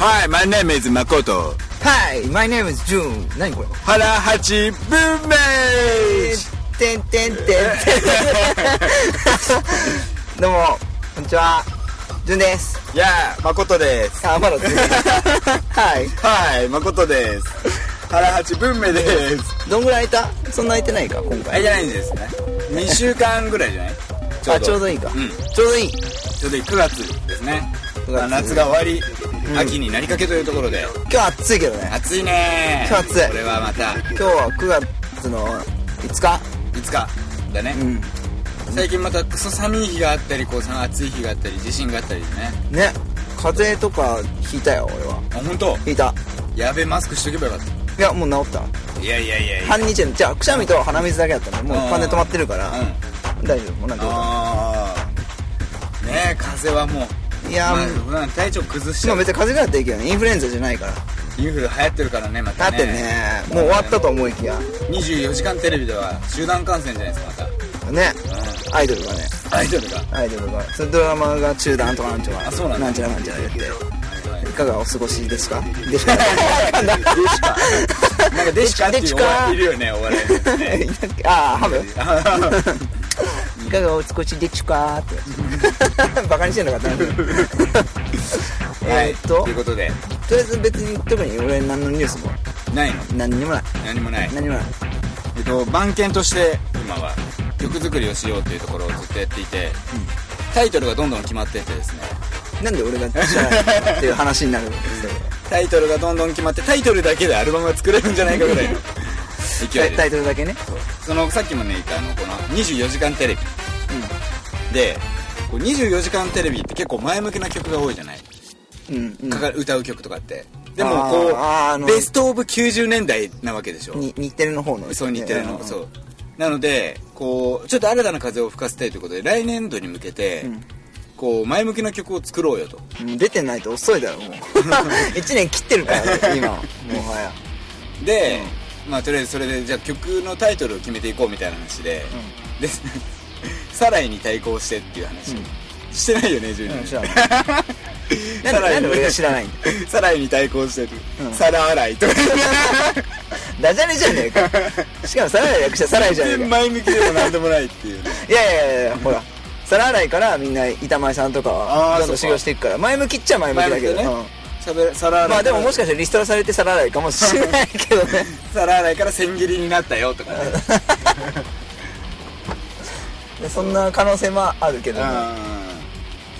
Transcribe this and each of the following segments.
Hi, my name is Makoto. Hi, my name is June. 何これ腹八分目てんてんてんてん。 どうも、こんにちは。ジュンです。やあ、Makoto です。あ、まだ 全然。ははい、Makoto です。腹八分目 です。い。どんぐらい空いたそんな空いてないか、今あれ回。じゃないんですね。2週間ぐらいじゃないちあ、ちょうどいいか。うん。ちょうどいい。ちょうどいい9月ですね。九月まあ夏が終わり、ん秋になりかけというところで。今日は暑いけどね。暑いね今日暑いこれはまた、今日は9月の5日。 5日だねう。ん。最近またクソ寒い日があったり、こう、その暑い日があったり、地震があったりでね。ね。風邪とか引いたよ、俺は。あ、本当引いた。やべ、マスクしとけばよかっいや、もう治った。た。いやいやいやいや。半日の、じゃあ、くしゃみと鼻水だけだったね。もう完全止まってるからう、ん。大丈夫。もうなんてことないああねえ風はもういいやまあもう普段体調崩ししてかも別に風邪があっていいけどねインフルエンザじゃないからインフル流行ってるからねまだたってねねもう終わったと思いきや24時間テレビでは集団感染じゃないですかねまた、アイドルがねうん、アイドルが、はアイドルがそれドラマが中断とかなんちゃらあそうなんだんちゃらなんちゃら言っていはいいかがお過ごしですかでしかデシカなんかデシカっていうお笑いいるよねお笑いのやつ ねああハムいかがお過ごしでちゅか ーってバカにしてんのかって話 はいえーっとということでとりあえず別に特に俺何のニュースもないの何にもない何もない何にもないえっと番犬として今は曲作りをしようっていうところをずっとやっていて、タイトルがどんどん決まってってですねなんで俺が知らないのっていう話になるんですよタイトルがどんどん決まってタイトルだけでアルバムが作れるんじゃないかぐらいの勢いタでイトルだけねそのさっきもね言ったあのこの『24時間テレビう』でこう『24時間テレビ』って結構前向きな曲が多いじゃない、んうんうんかか歌う曲とかってでもあーこうあーあのベストオブ90年代なわけでしょに日テレの方のそう日テレのんそうなのでこうちょっと新たな風を吹かせたいということで来年度に向けて、うんこう前向きな曲を作ろうよとうん出てないと遅いだろもう1年切ってるから今もはやで、まあとりあえずそれでじゃあ曲のタイトルを決めていこうみたいな話で、で サライに対抗してっていう話、してないよねジュうん知ニら アないなんでなんで俺が知らないんだサライに対抗してる、うん皿洗いとかダジャレじゃねえかしかもサラダ略してサライじゃね 全然えか前向きでも何でもないっていうねいやいやいやほら皿洗いからみんな板前さんとかあはーどんどん修行していくから前向きっち ゃ前向前き向だきけど、でねうん喋る皿洗いまあでももしかしたらリストラされて皿洗いかもしれないけど ね皿洗いから千切りになったよとかねでそんな可能性もあるけうんどね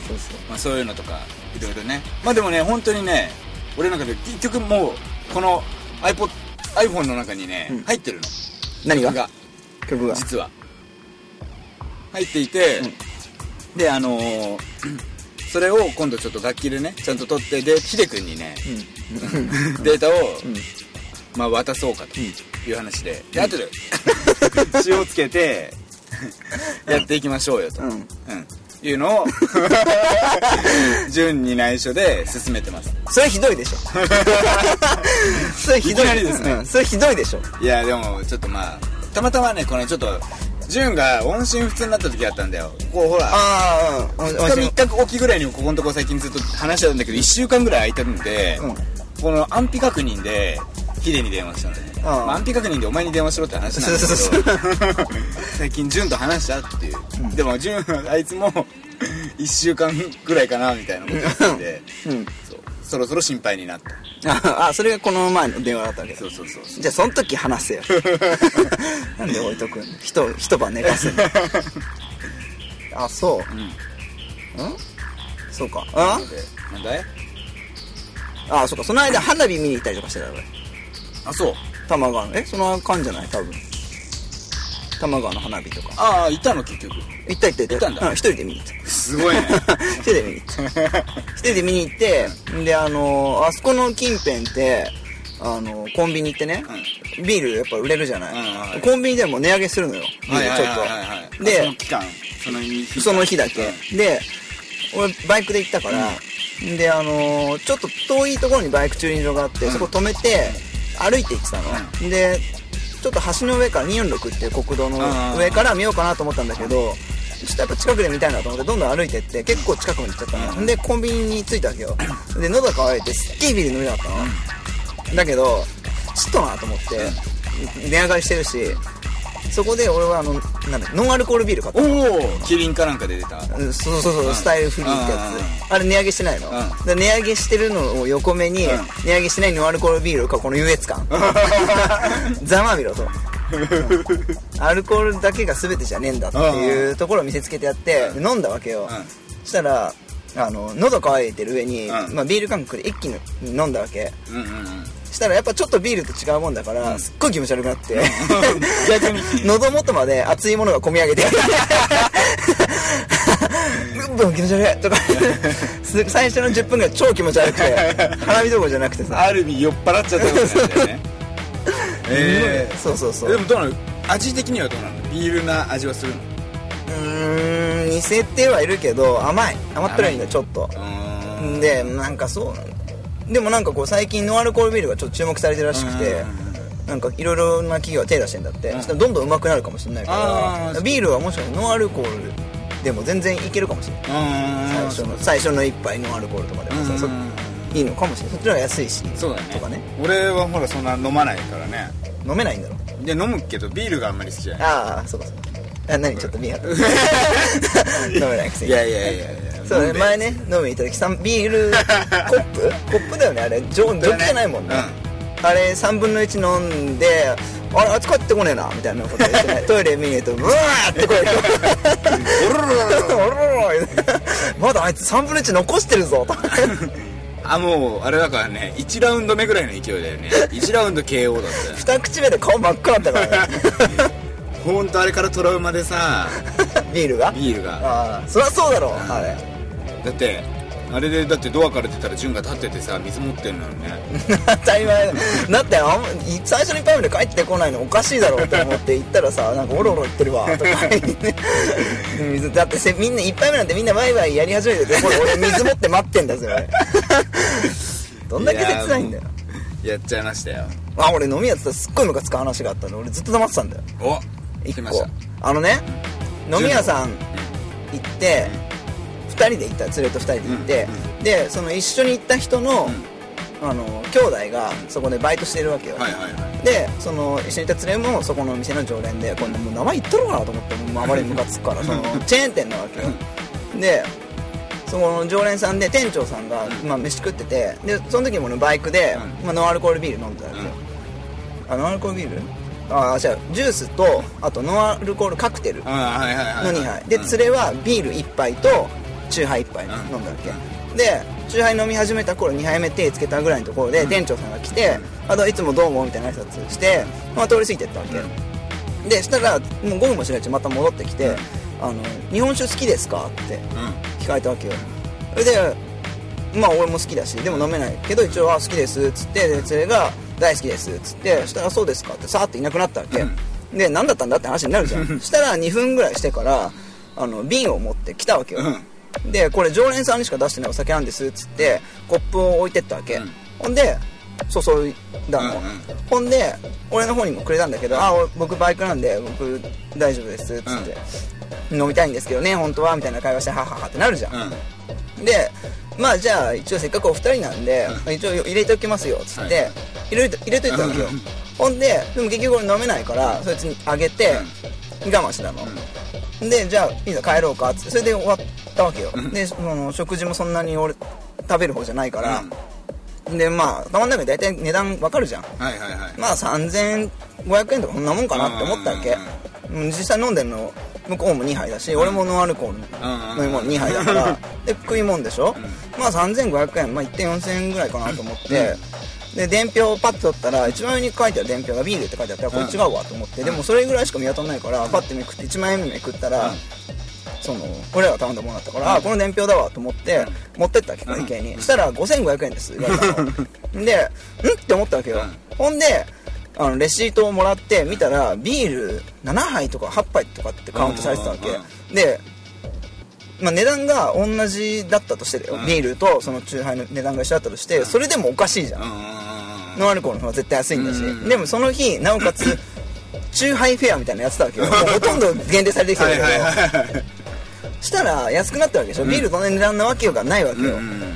そうそうまあ、そういうのとかいろいろねまあでもね本当にね俺なんかで結局もうこの iPod iPhone の中にね、入ってるの何曲がが曲が実は 入っていて、であのー それを今度ちょっと楽器でねちゃんと取ってでヒデ君にね、データを、まあ、渡そうかという話で、で後 で詞をつけて やっていきましょうよと、うんいう のを順に内緒で進めてますそれひどいでしょそれひどいいきなりですねうんそれひどいでしょいやでもちょっとまあたまたまねこのちょっと順が音信不通になった時あったんだよこうほらああうん2日3日おきぐらいにここのとこ最近ずっと話してたんだけど1週間ぐらい空いてるんで、うんこの安否確認でヒデに電話したんだよね、んまあ、安否確認でお前に電話しろって話なんだけど 最近潤と話したっていう、でも潤あいつも 1週間ぐらいかなみたいなこと言ってたんで、うんそうそろそろ心配になった ああそれがこの前の電話だったわけそうそうそう そうじゃあその時話せよなんで置いとくん一一晩寝かせるあそううんそうかあでなんだいあそうかその間花火見に行ったりとかしてたよ俺あそう多摩川のえその間じゃない多分多摩川の花火とかああいたの結局行った行った行っ行ったんだうん、一人で見に行ったすごい ね 一人で見に行って一人で見に行ってんであのあそこの近辺ってあのコンビニ行ってね、うビールやっぱ売れるじゃない、うんはいはいコンビニでも値上げするのよビーはいルはいちょっと、はいはいはいあそので期間その日その日だけ、うんで俺バイクで行ったから、であのーちょっと遠いところにバイク駐輪場があって、うんそこ止めて歩いて行ってたの、でちょっと橋の上から246っていう国道の上から見ようかなと思ったんだけど、ちょっとやっぱ近くで見たいなと思ってどんどん歩いてって結構近くまで行っちゃったの、うんでコンビニに着いたわけよで喉乾いてすっげえビール飲みたかったの、だけどちょっとなと思って値上がりしてるしそこで俺はあのなんだノンアルコールビール買ったのおおキリンかなんかで出たうんそうそうそう、うんスタイルフリーってやつ、あれ値上げしてないの、うんで値上げしてるのを横目に、うん値上げしてないノンアルコールビールかこの優越感 ざまあみろと、うんアルコールだけが全てじゃねえんだっていうところを見せつけてやって、うで飲んだわけよ、うんそしたらあの喉乾いてる上に、うんまあ、ビール感覚で一気に飲んだわけうんうんうんしたらやっぱちょっとビールと違うもんだから、うんすっごい気持ち悪くなって 逆に喉元まで熱いものが込み上げて うんぶん気持ち悪 いとかす最初の10分ぐらい超気持ち悪くて花火どころじゃなくてさ、ある意味酔っ払っちゃったことなんだよねえそうそうそえでうもどうなの味的にはどうなのビールな味はするのうーん似せてはいるけど甘い甘ってるんだよちょっとうんでなんかそうなんだでもなんかこう最近ノンアルコールビールがちょっと注目されてるらしくてうんうんなんかいろいろな企業が手出してんだってうんそしたらどんどんうまくなるかもしれないあかーらビールはもしかしたらノンアルコールでも全然いけるかもしれない最初の最初の一杯のアルコールとかでもさ、そいいのかもしれないそっちの方が安いしそうだねとかね俺はほらそんな飲まないからね飲めないんだろで飲むけどビールがあんまり好きじゃないああそうかそうかあ何ちょっと見え張った飲めないくせいにやいやいやいやそ飲うんねで前ね飲みに行った時さんビー ルコップコップだよねあれジョジョッキじゃないもんね、あれ3分の1飲んであれあいつ帰ってこねえなみたいなこと言って ねトイレ見に行くとうわーって声がおろろろろろ おろろろまだあいつ3分の1残してるぞとあもうあれだからね1ラウンド目ぐらいの勢いだよね1ラウンド KO だったよ二口目で顔真っ赤だったからね ほんとあれからトラウマでさビールがビールがああそりゃそうだろうあれだってあれでだってドアから出たら潤が立っててさ水持ってんのよね当たり前だだってあん最初にパイムで帰ってこないのおかしいだろうと思って行ったら さなんかオロオロ言ってるわとか言って水だってせみんな1杯目なんてみんなワイワイやり始めててほら俺水持って待ってんだぜ俺 どんだけ切ないんだよやーやっちゃいましたよあ俺飲みやってたらすっごいムカつく話があったの俺ずっと黙ってたんだよお来一まし個たあのね飲み屋さん行って2人で行った連れと2人で行って、でその一緒に行った人の、あの兄弟がそこでバイトしてるわけよ、はいはいはいでその一緒にいた連れもそこのお店の常連でこれもう名前言っとるかなと思ってもうあまりムカつくからそのチェーン店なわけよでそこの常連さんで店長さんが、まあ、飯食っててでその時もねバイクで、まあ、ノンアルコールビール飲んでたわけよ、あノンアルコールビールああじゃあジュースとあとノンアルコールカクテルのあーはいはいはい2杯でうん連れはビール1杯とチューハイ1杯飲んだわけ、でチューハイ飲み始めた頃2杯目手つけたぐらいのところで店長さんが来て「あといつもどうも」みたいな挨拶して、まあ、通り過ぎてったわけ、でしたらもう5分もしないうちにまた戻ってきて「あの日本酒好きですか?」って聞かれたわけよそれでまあ俺も好きだしでも飲めないけど一応「あ好きです」っつってで連れが「大好きです」っつってそしたら「そうですか」ってさーっていなくなったわけ、で何だったんだって話になるじゃんそしたら2分ぐらいしてからあの瓶を持ってきたわけよ、でこれ常連さんにしか出してないお酒なんですっつってコップを置いてったわけ、うんほんで注いだうの、んうんほんで俺の方にもくれたんだけど「あ俺僕バイクなんで僕大丈夫です」っつって、飲みたいんですけどね本当は」みたいな会話して「ははは」ってなるじゃん、うんうんでまあじゃあ一応せっかくお二人なんで、一応入れておきますよっつっはて、い入れと入れといたわけよ、うんほんででも結局俺飲めないからそいつにあげて、我慢してたの、でじゃあいざ帰ろうかっつってそれで終わったわけよ、でその食事もそんなに俺食べる方じゃないから、でまあ頭の中で大体値段わかるじゃんはいはいはいまあ3500円とかこんなもんかなって思ったわけ、うん実際飲んでるの向こうも2杯だし、俺もノンアルコールの飲み物2杯だから、 で食い物でしょ、まあ3500円、まあ、1 4 0 0円ぐらいかなと思って、で伝票をパッと取ったら一番上に書いてある伝票がビールって書いてあったらこれ違うわと思って、でもそれぐらいしか見当たらないからパッてめくって1万円目めくったら、その俺らが頼んだものだったから、あこの年表だわと思って、持ってったわけ会計に、そしたら5500円です言われた のでんって思ったわけよ、ほんであのレシートをもらって見たらビール7杯とか8杯とかってカウントされてたわけ、うんうんうんで、まあ、値段が同じだったとしてだよ、うんビールとその酎ハイの値段が一緒だったとして、それでもおかしいじゃん、ノンアルコールの方が絶対安いんだし、うんでもその日なおかつ中ハイフェアみたいなのやってたわけよもうほとんど限定されてきてはるいけど、はいはいはいしたら安くなったわけでしょ、ビールとの値段なわけがないわけうんよ、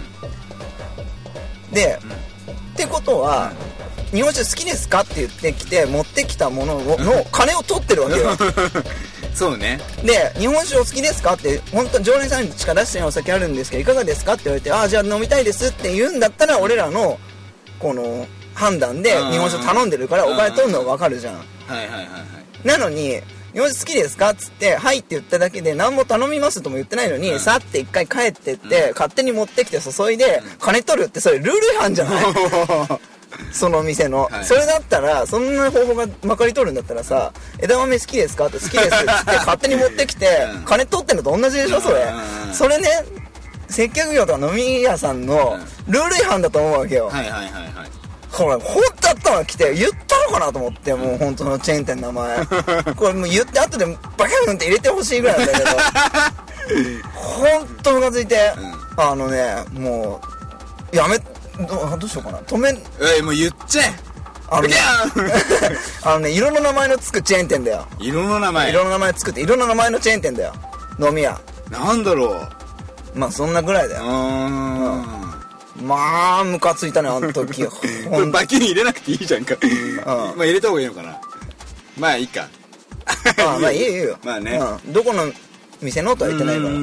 で、ってことは、日本酒好きですかって言ってきて持ってきたものをの金を取ってるわけようんそうねで日本酒お好きですかって本当に常連さんにしか出してないお酒あるんですけどいかがですかって言われてああじゃあ飲みたいですって言うんだったら俺らのこの判断でうん日本酒頼んでるからお金取るの分かるじゃんはいはいはいはいなのに日本酒好きですかっつって「はい」って言っただけで何も頼みますとも言ってないのに、さって一回帰ってって、勝手に持ってきて注いで、金取るってそれルール違反じゃないその店の、はいそれだったらそんな方法がまかり通るんだったらさ「枝豆好きですか?」って「好きです」っつ って勝手に持ってきて、うん金取ってんのと同じでしょそれ、うんそれね接客業とか飲み屋さんのルール違反だと思うわけよ、はいはいはいはいこれ本当だったの来て言ったのかなと思ってもう本当のチェーン店の 名前これもう言って後でバカヤンって入れてほしいぐらいなんだけど本当ムカついて、あのねもうやめどどうしようかな止めえもう言っちゃえあのねいや あのね色の名前のつくチェーン店だよ、 色の名前色の名前つくって色の名前のチェーン店だよ飲み屋なんだろうまあそんなぐらいだうよーんまあムカついたねあ の時ほこれんとバキに入れなくていいじゃんか、まあ入れた方がいいのかなまあいいかまあまあいいよいいよ まあねうんどこの店のとは言ってないからら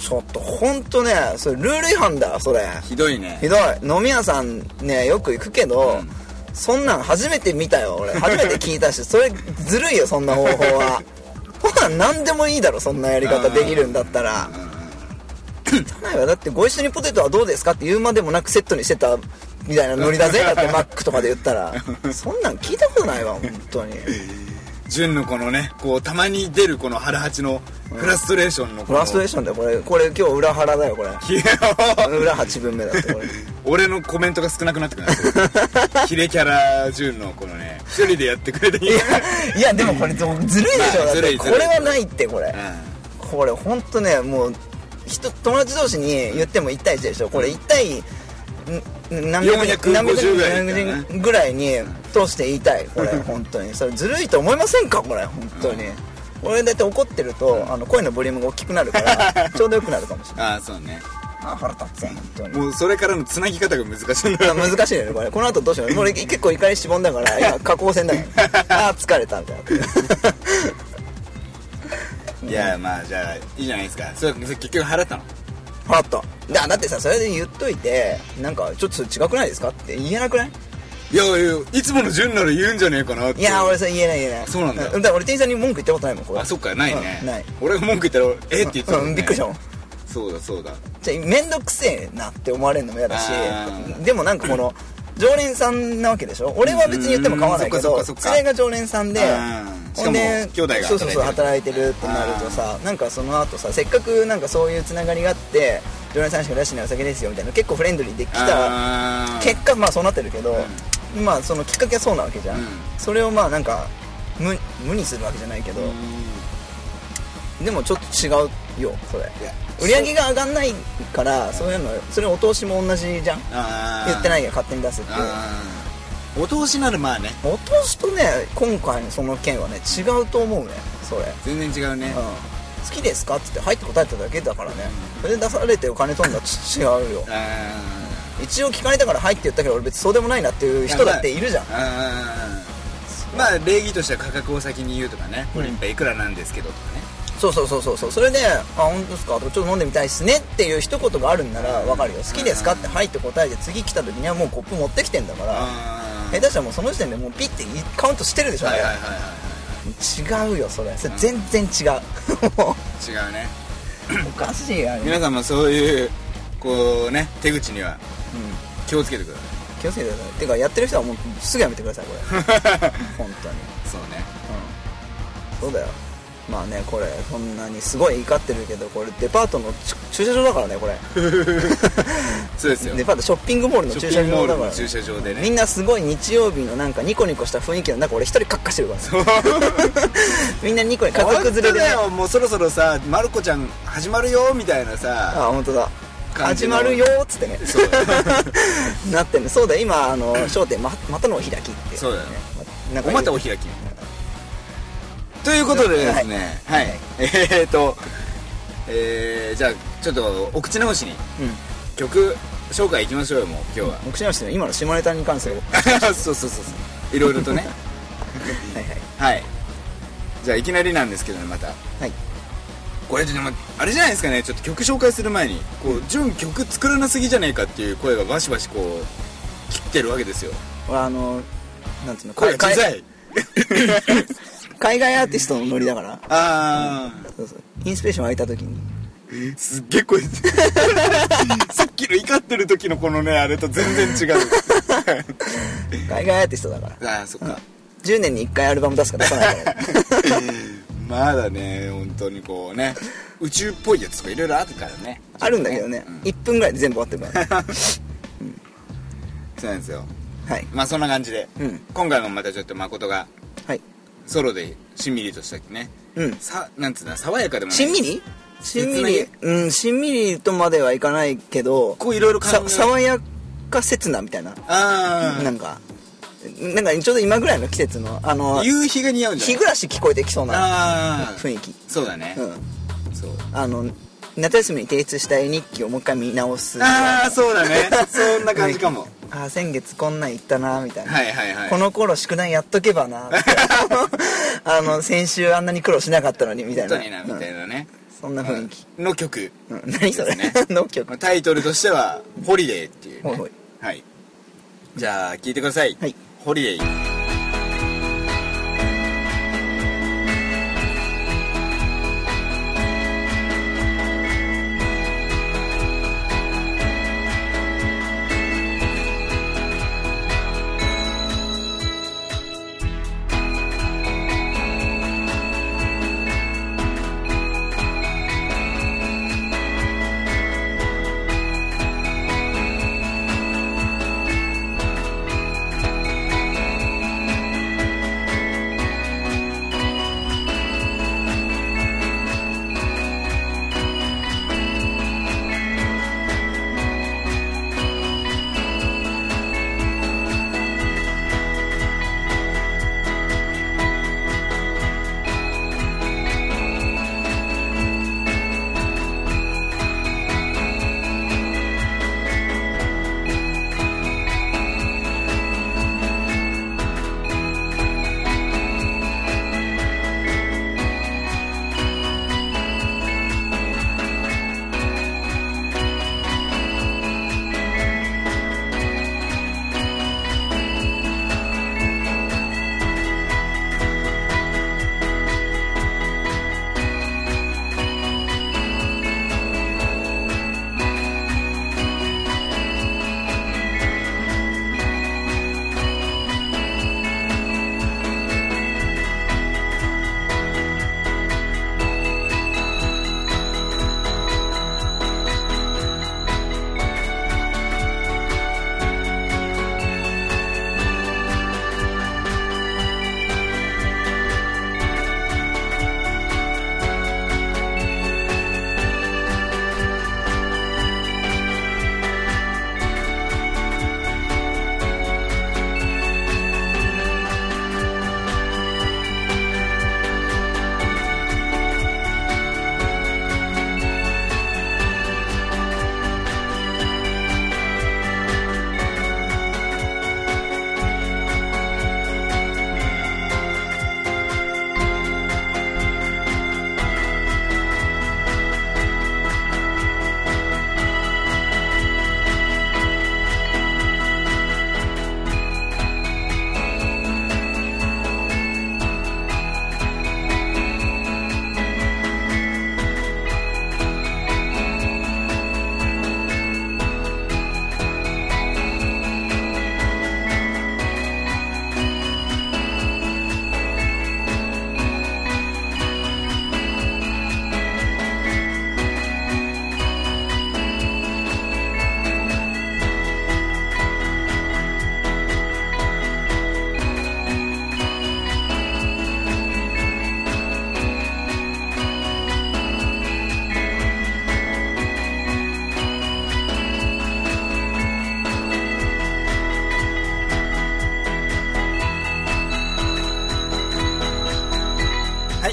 ちょっとほんとねそれルール違反だそれひどいねひどい飲み屋さんねよく行くけど、そんなん初めて見たよ俺初めて聞いたしそれずるいよそんな方法はほら何でもいいだろそんなやり方できるんだったら汚いわだってご一緒にポテトはどうですかって言うまでもなくセットにしてたみたいなノリだぜだってマックとかで言ったらそんなん聞いたことないわ本当に純のこのねこうたまに出るこの腹八のフラストレーションのこフのラストレーションだよこれこれ今日裏腹だよこれいや 裏8分目だってこれ俺のコメントが少なくなってく るヒレキャラ純のこのね一人でやってくれていいいやでもこれずるいでしまょ、あだっずるていこずるいれはないってこれう、んこれ本当ねもう人友達同士に言っても1対1でしょこれ1対ん何450何百ぐらいだ何よ百人ぐらいに通して言いたいこれ本 当にそれずるいと思いませんかこれ本当に、俺だって怒ってるとあの声のボリュームが大きくなるから ちょうどよくなるかもしれないああそうねあー腹立つわ本当にもうそれからのつなぎ方が難しいんだあ難しいよねこれこの後どうしようこれ結構怒りしぼんだ から今下降線だからああ疲れた みたいいやまあじゃあいいじゃないですかそれそれ結局払ったのな払っただだってさそれで言っといてなんかちょっとそれ違くないですかって言えなくないいやいやいつもの純なら言うんじゃねえかなっていやー俺それ言えない言えないそうなんだだから俺店員さんに文句言ったことないもんこれあそっかないね、うんない俺が文句言ったら「えっ?」って言ってたもん、ねうんびっくりしたもんそうだそうだじゃあ面倒くせえなって思われるのも嫌だしあーでもなんかこの常連さんなわけでしょ俺は別に言っても構わないけうんどうんそっかそっかそっか連れが常連さんでうんしかも兄弟が働いてるそうそうそう働いてるってなるとさなんかその後させっかくなんかそういうつながりがあって常連さんしか出してないお酒ですよみたいな結構フレンドリーできたあー結果まあそうなってるけど、まあそのきっかけはそうなわけじゃん、うんそれをまあなんか無無にするわけじゃないけど、でもちょっと違うよそいれや売り上げが上がんないからそういうのそれお通しも同じじゃんあー言ってないや勝手に出すっていうあーお通しならまあねお通しとね今回のその件はね違うと思うねそれ、うん、全然違うね好きですかっつって「はい」って答えただけだからねそれで出されてお金取るのはち違うよあ一応聞かれたから「はい」って言ったけど俺別にそうでもないなっていうー人だっているじゃんあーまあ礼儀としては価格を先に言うとかねこれ一杯いくらなんですけどとかねそうそうそうそうそうそれで「あ本当ですか?」とか「ちょっと飲んでみたいっすね」っていう一言があるんなら分かるよ「好きですか?」って「はい」って答えて次来た時にはもうコップ持ってきてんだからあー下手したらもうその時点でもうピッてカウントしてるでしょ、あはれいはいはいは違うよ それそれ全然違うもい違うねうおかしいあれ、うん、皆さんもそういうこうね手口には気をつけてくださ気をつけてくださいてかやってる人はもう すぐやめてくださいこれ本当に、いそうねうん、そうだよまあねこれそんなにすごい怒ってるけどこれデパートのち駐車場だからねこれそうですよデパートショッピングモールのショ駐ッピ車ングモー場だルかのら駐車場でみんねなすごい日曜日のなんかニコニコした雰囲気の中俺一人カッカしてるからね みんなニコニコ家族連れで、ね本当だ、よもうそろそろさまる子ちゃん始まるよみたいなあさ本当だ感始じのまるよーっつってね なってんねそうだよ今あの『商店ままたのお開き』ってそうだよまなんかおまたお開きということでですねはい、えーとえー、じゃあちょっとお口直しにうん曲紹介いきましょうよもう今日は僕しましてね今の下ネタに関する そうそうそうそういろいろとねはいはいはいじゃあいきなりなんですけどねまたはいこれでもあれじゃないですかねちょっと曲紹介する前にこう純曲作らなすぎじゃねえかっていう声がバシバシこう切ってるわけですよ俺あのなんつうの声小海さい海外アーティストのノリだからあそうそうインスピレーション湧いた時にーすっげえ声 さっきの怒ってる時のこのねあれと全然 違う海外アーティストだからああそっか、 10年に1回アルバム出すか出さないから まだね本当にこうね宇宙っぽいやつとかいろいろあるからねあるんだけどねう1分ぐらいで全部終わってるからそうなんですよはいまあそんな感じで、うん今回もまたちょっと誠がはいソロでしんみりとしたねうんさなんつうんだ爽やかでもないしんみりしんみり切うんしんみりとまではいかないけどこういろいろ考えさ爽やか刹那みたいなあなあんかなんかちょうど今ぐらいの季節のあの夕日が似合うんじ日ゃ暮ないらし聞こえてきそうなああ雰囲気そうだね、うんそうあの夏休みに提出した絵日記をもう一回見直すああそうだ ねそんな感じかもあー先月こんなん言ったなみたいな、はいはいはいこの頃宿題やっとけ ばなあの先週あんなに苦労しなかったのにみたいな本当になみたいなね、うんそんな雰囲気、の曲、うん何それ、ですね のま曲あタイトルとしては「ホリデー」っていう、ね、ほいほいはいじゃあ聴いてください、はいホリデー「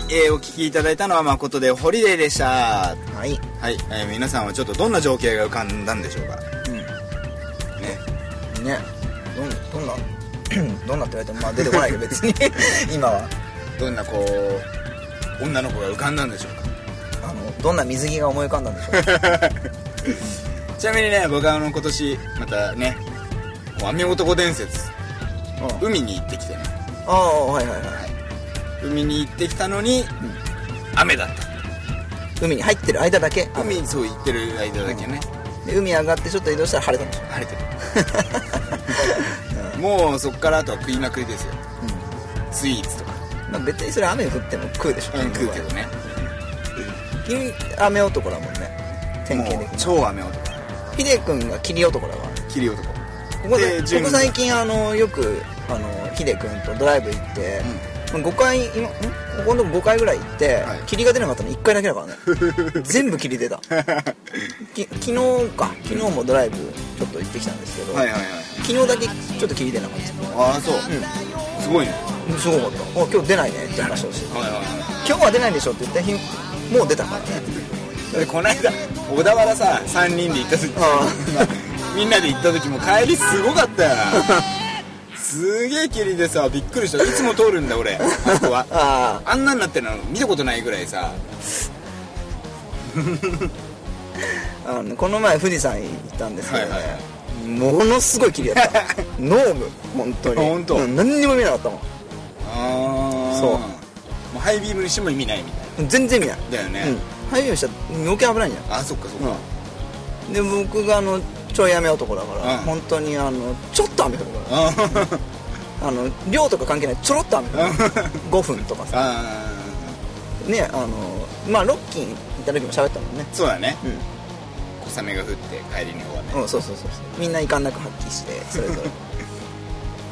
えーお聞きいただいたのは誠でホリデーでしたはい、はい、えー皆さんはちょっとどんな情景が浮かんだんでしょうかねうん、ねどんどんな どんなって言われてもまあ出てこないけど別 に今はどんなこう女の子が浮かんだんでしょうかあのどんな水着が思い浮かんだんでしょうちなみにね僕はあの今年またね雨男伝説か、うん、海に行ってきてねああはいはいはい海に行ってきたのに、雨だっ海に入ってる間だけた海にそう行ってる間だけね、で海上がってちょっと移動したら晴れたんでし ょ晴れてるもうそっからあとは食いまくりですよ、スイーツとか、まあ、別にそれ雨降っても食うでしょ、うん、食うけどね君雨男だもんね典も型う的超雨男にヒデ君が霧男だわ霧男 ここでで順位僕最近あのよくあのヒデ君とドライブ行って、5回今んここのとこ5回ぐらい行って、はい霧が出なかったの1回だけだからね 全部霧出たき昨日か昨日もドライブちょっと行ってきたんですけど、はいはいはい昨日だけちょっと霧出なかったああそう、すごいねうんすごかったあ今日出ないねって話をしてはいは今日は出ないでしょって言ってひもう出たからねいでこの間小田原さ3人で行った時あみんなで行った時も帰りすごかったよなすげえ霧でさびっくりしたいつも通るんだ俺あそこはああんなになってるの見たことないぐらいさあのこの前富士山行ったんですけどね、はいはいはものすごい綺麗だったノーム本当にあ本当うん何にも見えなかったもああそうもうハイビームにしても意味ないみたいん全然見ないだよねうん、ハイビームしたら余計危ないんじゃなあそっかそっか、んで僕があのちょい雨男だから、うん本当にあのちょっと雨降るかあらあの量とか関係ないちょろっと雨降る5分とかさあねあのまあロッキン行った時も喋ったもんねーそうだねうん小雨が降って帰りの方はねうん、そうそうそうそうみんな遺憾なく発揮してそれぞ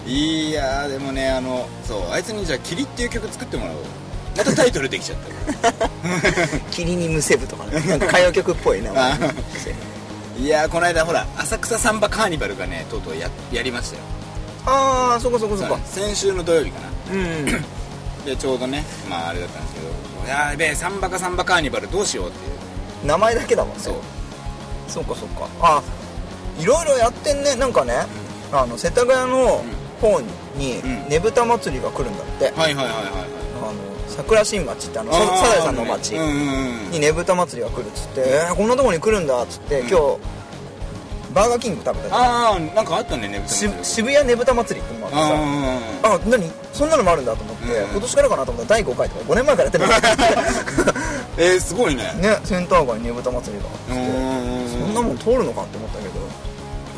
れいやーでもねあのそうあいつにじゃあ「霧」っていう曲作ってもらおうまたタイトルできちゃった「霧にむせぶ」とかねなんか歌謡曲っ ぽい名前にしていやーこの間ほら浅草サンバカーニバルがねとうとうややりましたよああそこそこそそうこだね先週の土曜日かなうんでちょうどねまああれだったんですけどやーべえサンバかサンバカーニバルどうしようっていう名前だけだもんねそうそうかそうかあいろいろやってんねなんかね、あの世田谷の方にうんねぶた祭りが来るんだって、はいはいはいはいはいあの桜新町ってあのあーサザエさんの町うんうんうんにねぶた祭りが来るっつって、えーこんなとこに来るんだっつって、ん今日バーガーキング食べたりああなんかあったねねぶたし祭り渋谷ねぶた祭りってのもあってあさ、ーあ何そんなのもあるんだと思って、うん今年からかなと思ったら第5回とか5年前からやってる んだえー、すごいねけどねセンター街にねぶた祭りがあっうてんうんうんそんなもん通るのかって思ったけど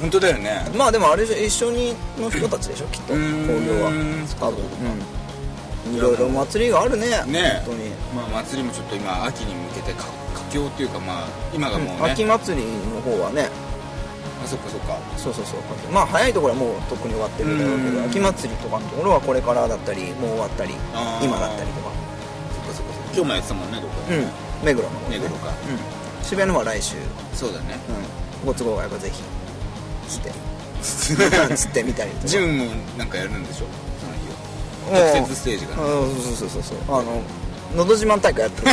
本当だよねまあでもあれでしょ一緒にの人たちでしょきっと興う行んはそっか多分うんいろいろ祭りがあるねね本当に、まあ祭りもちょっと今秋に向けてか佳境っていうかまあ今がもうね、うん秋祭りの方はねあそっかそっかそうそうそうまあ早いところはもうとっくに終わってるんだろうけうどん秋祭りとかのところはこれからだったりもう終わったりあー今だったりとかそっかそっか今日もやってたもんねどこか、うん目黒の方ね目黒かうん渋谷の方は来週そうだねうん、ご都合があればぜひつ って つってみたりとかジュンもなんかやるんでしょその日は直接ステージかなうんそうそうそうそうそうあの「のど自慢大会」やって る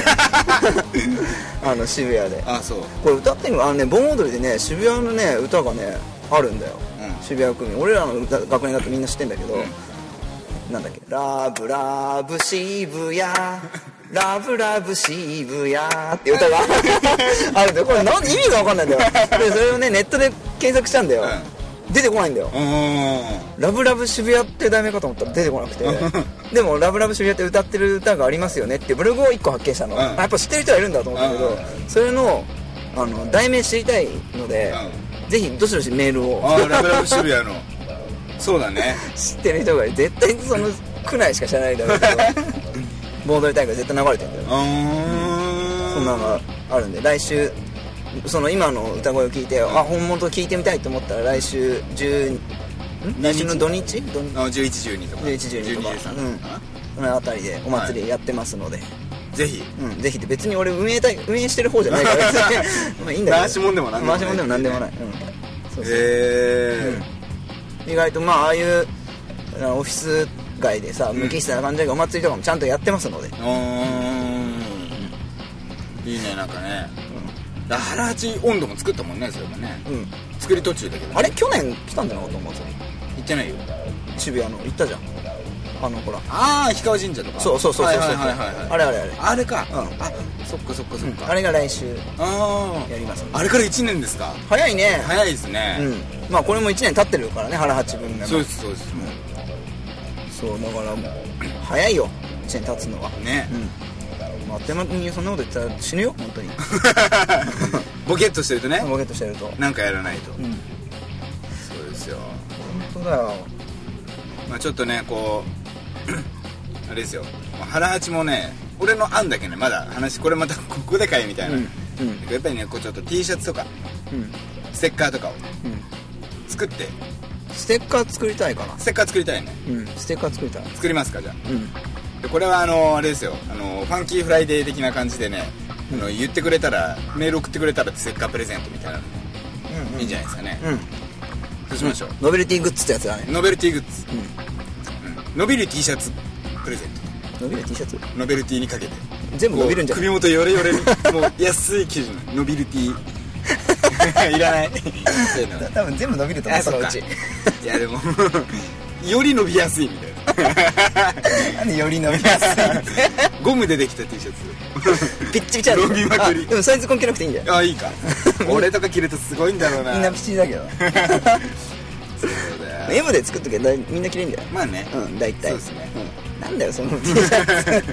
あの渋谷であそうこれ歌ってみるあのね盆踊りでね渋谷のね歌がねあるんだよ、うん渋谷区民俺らの歌学年だってみんな知ってんだけど、なんだっけラブラブ渋谷ラブラブ渋谷って歌が あるんだよこれなん意味が分かんないんだよでそれをねネットで検索したんだよ、出てこないんだようーんラブラブ渋谷って題名かと思ったら出てこな くてでも「ラブラブ渋谷」って歌ってる歌がありますよねってブログを1個発見したの、うんあやっぱ知ってる人はいるんだと思ったけど、それのあの題名知りたいので、ぜひどしどしメールあをーラブラブ渋谷のそうだね 知ってる人が絶対その区内しか知らないだろ うけど盆踊り大会絶対流れてるんだようーんそんなのがあるんで来週その今の歌声を聞いて、あ本物聞いてみたいと思ったら来週10ん来何日週の土日土日あ1112とか11 12とか12 13うんこの辺りでお祭りやってますので、ぜひうん、ぜひって別に俺運営たい運営してる方じゃないから別 にまあいいんだけど回しもんでもなんでもない回しもんでもなんでもない、うんそうそうへ意外とまあああいうあのオフィス街でさ無機質な感じだけどお祭りとかもちゃんとやってますのでえうーんいいねなんかねだから原八温度も作ったもんねそれもねうん、うん、作り途中だけどあれ去年来たんじゃなかったお祭り行ってないよ渋谷の行ったじゃんあのほらああ氷川神社とかそうそうそうそうそうはいはいはいはいはいあれあれあれあれかうんあそっかそっかそっかあれが来週あやりますああれから1年ですか早いね早いですねうんまあこれも1年経ってるからね原八分目もそうですそうですもそうだからもう早いよ1年経つのはうねうんまああっという間にそんなこと言ったら死ぬよ本 当に ボケっとしてるとねボケっとしてるとなんかやらないとうんそうですよ本当だよまあちょっとねこう あれですよまあ原八もね俺の案だけねまだ話これまた ここでかいみたいな、うんうんやっぱりねこうちょっと T シャツとかうんステッカーとかをうん作ってステッカー作りたいかなステッカー作りたいねうんステッカー作りたい作りますかじゃあうんでこれはあのあれですよあのファンキーフライデー的な感じでね、あの言ってくれたらメール送ってくれたらステッカープレゼントみたいなの、うんいいんじゃないですかね、うんそうしましょう、ノベルティグッズってやつだねノベルティグッズ、うん伸びる T シャツプレゼン伸びる T シャツトノベルティにかけて全部伸びるんじゃないこう首元ヨレヨレに もう安い生地のノビルティ いら ないそういうの多分全部伸びると思うあそそのっうかちいやでも より伸びやすいみ たいななんでより伸びやすいゴムでできた T シャ ピッチピチだね伸びまくりあでもサイズ関係なくていいんだよツあいい か俺とか着るとすごいんだろうなみんなピチピチだけ どそうだよ M で作っとけばだいみんな綺麗んだよまあねうん大体そうですねうんなんだよその T シャツ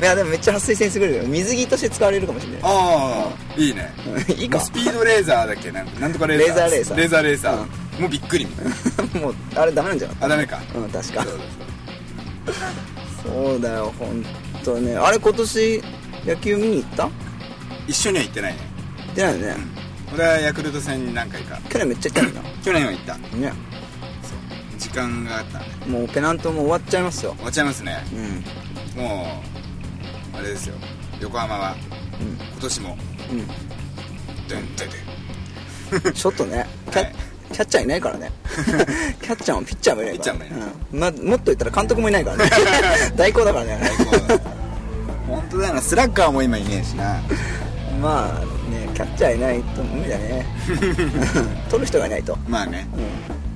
いやでもめっちゃ撥水性に優れるよ水着として使われるかもしれないああいいねうんいいかもうスピードレーザーだっけなんなんとかレーザーレーザーレーサーレーザーレーサーもうびっくりみたいな もうあれダメなんじゃなかあダメかったうん確かそうだそうだよ本当ねあれ今年野球見に行った一緒には行ってないね出ないよね俺はヤクルト戦に何回か去年めっちゃ行ったんだ去年は行ったねそう時間があったんでもうペナントも終わっちゃいますよ終わっちゃいますねうんもうあれですよ横浜はう今年もんうんドゥンドゥンちょっとね、キャはいキャッチャーいないか らね。キャッチャーもピッチャーもいないから、ピッチャーもいないうんまもっと言ったら監督もいないから ね。代行だからね。ドゥン最高だ本当だよなスラッガーも今いねえしなまあね、キャッチャーいないと無理だ ね。取る人がいないと。まあねうん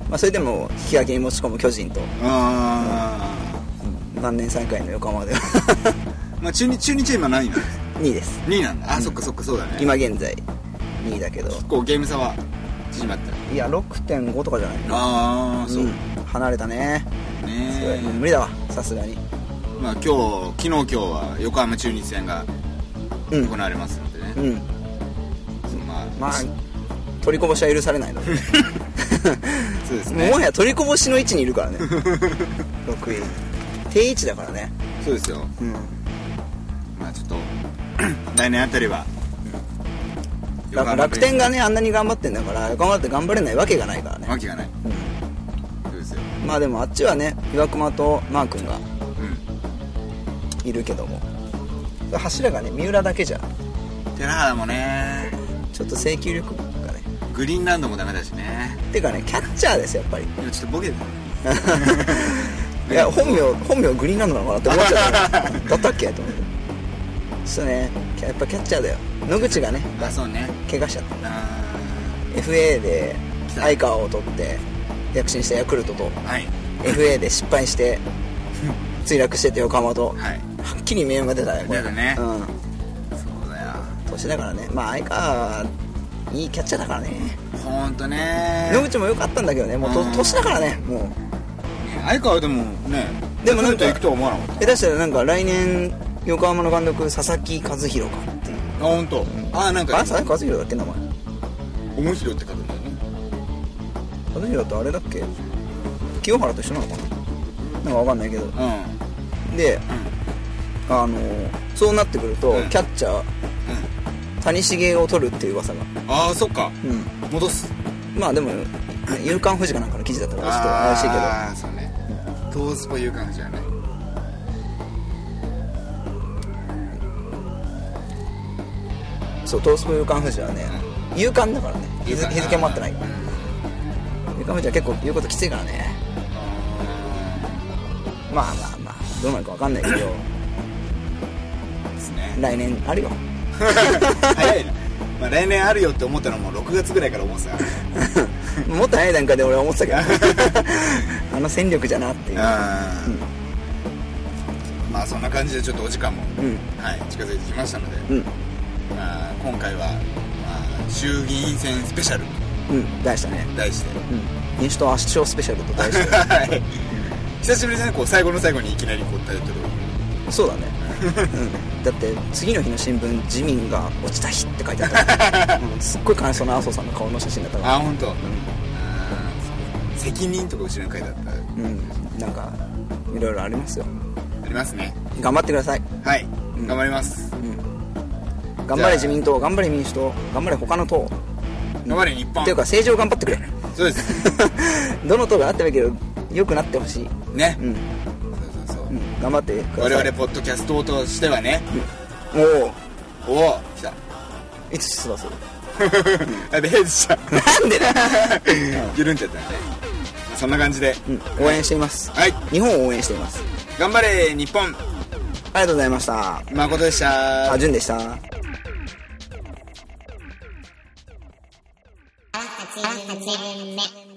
まあ、それでも引き分けに持ち込む巨人と、うーん万年3回の横浜では まあ中日中日は今何位なんです2位です。 2位なんだあ、そっかそっかそうだね今現在2位だけど。こうゲーム差は縮まったいや、6.5とかじゃないのああそう、ん離れたね。それねもう無理だわ、さすがに。まあ今日昨日今日は横浜中日戦がう行ん。われますのでね、うん。まあ、まあ、取りこぼしは許されないの で。そうですもねはや取りこぼしの位置にいる からね6位定位置だからねそうですようんまあちょっと 来年あたりは横浜楽天がねあんなに頑張ってんだから横浜って頑張れないわけがないからね、わけがないそうですよまあでもあっちはね岩隈とマー君がうんいるけども柱がね三浦だけじゃ寺原もねちょっと制球力がねグリーンランドもダメだしねてかねキャッチャーですやっ ぱり今ちょっとボケてたねいや本名本名グリーンランドなのかなって思っちゃっ たねだったっけと思ってそうねキャやっぱキャッチャーだよ野口がねあそうね怪我しちゃったあ FA で相川を取って躍進したヤクルトとーはい FA で失敗して墜落してて横浜とはいはっきり明暗が出たねこれ出たねうんそうだよ年だからねまあ相川いいキャッチャーだからねほんとね野口も良かったんだけどねもうとうん年だからねも相川はでもねでもなんかヤクルト行くとは思わなかっう下手したらなんか来年横浜の監督佐々木和弘かっていうたあ本当。あなんあか佐々木和弘だっけ名前面白いって書くんだよね和弘ってあれだっけ清原と一緒なのかななんかわかんないけどうんで、あのそうなってくると、うんキャッチャー谷繁を取るっていう噂がああそっかうん戻すまあでも「夕刊富士」かなんかの記事だったからちょっと怪しいけどああそうねトースポいう感じだ ねそう東スポ夕刊富士はね夕刊だからね日夕付刊日付もあってないから夕刊富士は結構言うこときついからねまあまあまあどうなるかわかんないけどですね来年あるよ 早いな、まあ、来年あるよって思ったのも6月ぐらいから思ってたかもっと早い段階で俺は思ってたけど あの戦力じゃなっていうらうんまあそんな感じでちょっとお時間も、うんはい、近づいてきましたので、うんまあ、今回は、まあ、衆議院選スペシャルとうん大したね題してうん民主党圧勝スペシャルと題してはい久しぶりですねこう最後の最後にいきなりこうタイトルをそう だね、うん、だって次の日の新聞「自民が落ちた日」って書いて あった、うん、すっごい悲しそうな麻生さんの顔の写真だったからあ本当。あー責任とか後ろに書いてあったあうんなんかいろいろありますよりますね頑張ってくださいはい、ん頑張ります頑じゃ張あれ自民党頑張れ民主党頑張れ他の党頑張れ日本っていうか政治を頑張っ てくれそうですどの党があってもいいけど良くなってほしいね、うん、そうそうそう、うん、頑張ってくだ我さい々ポッドキャストとしてはね、々おおおお来たいつ出馬する あで変でしたなんで 緩んじゃったねそんな感じで、な応援していますはい日本を応援しています頑張れ日本ありがとうございました誠でしたあじゅんでした八巡目。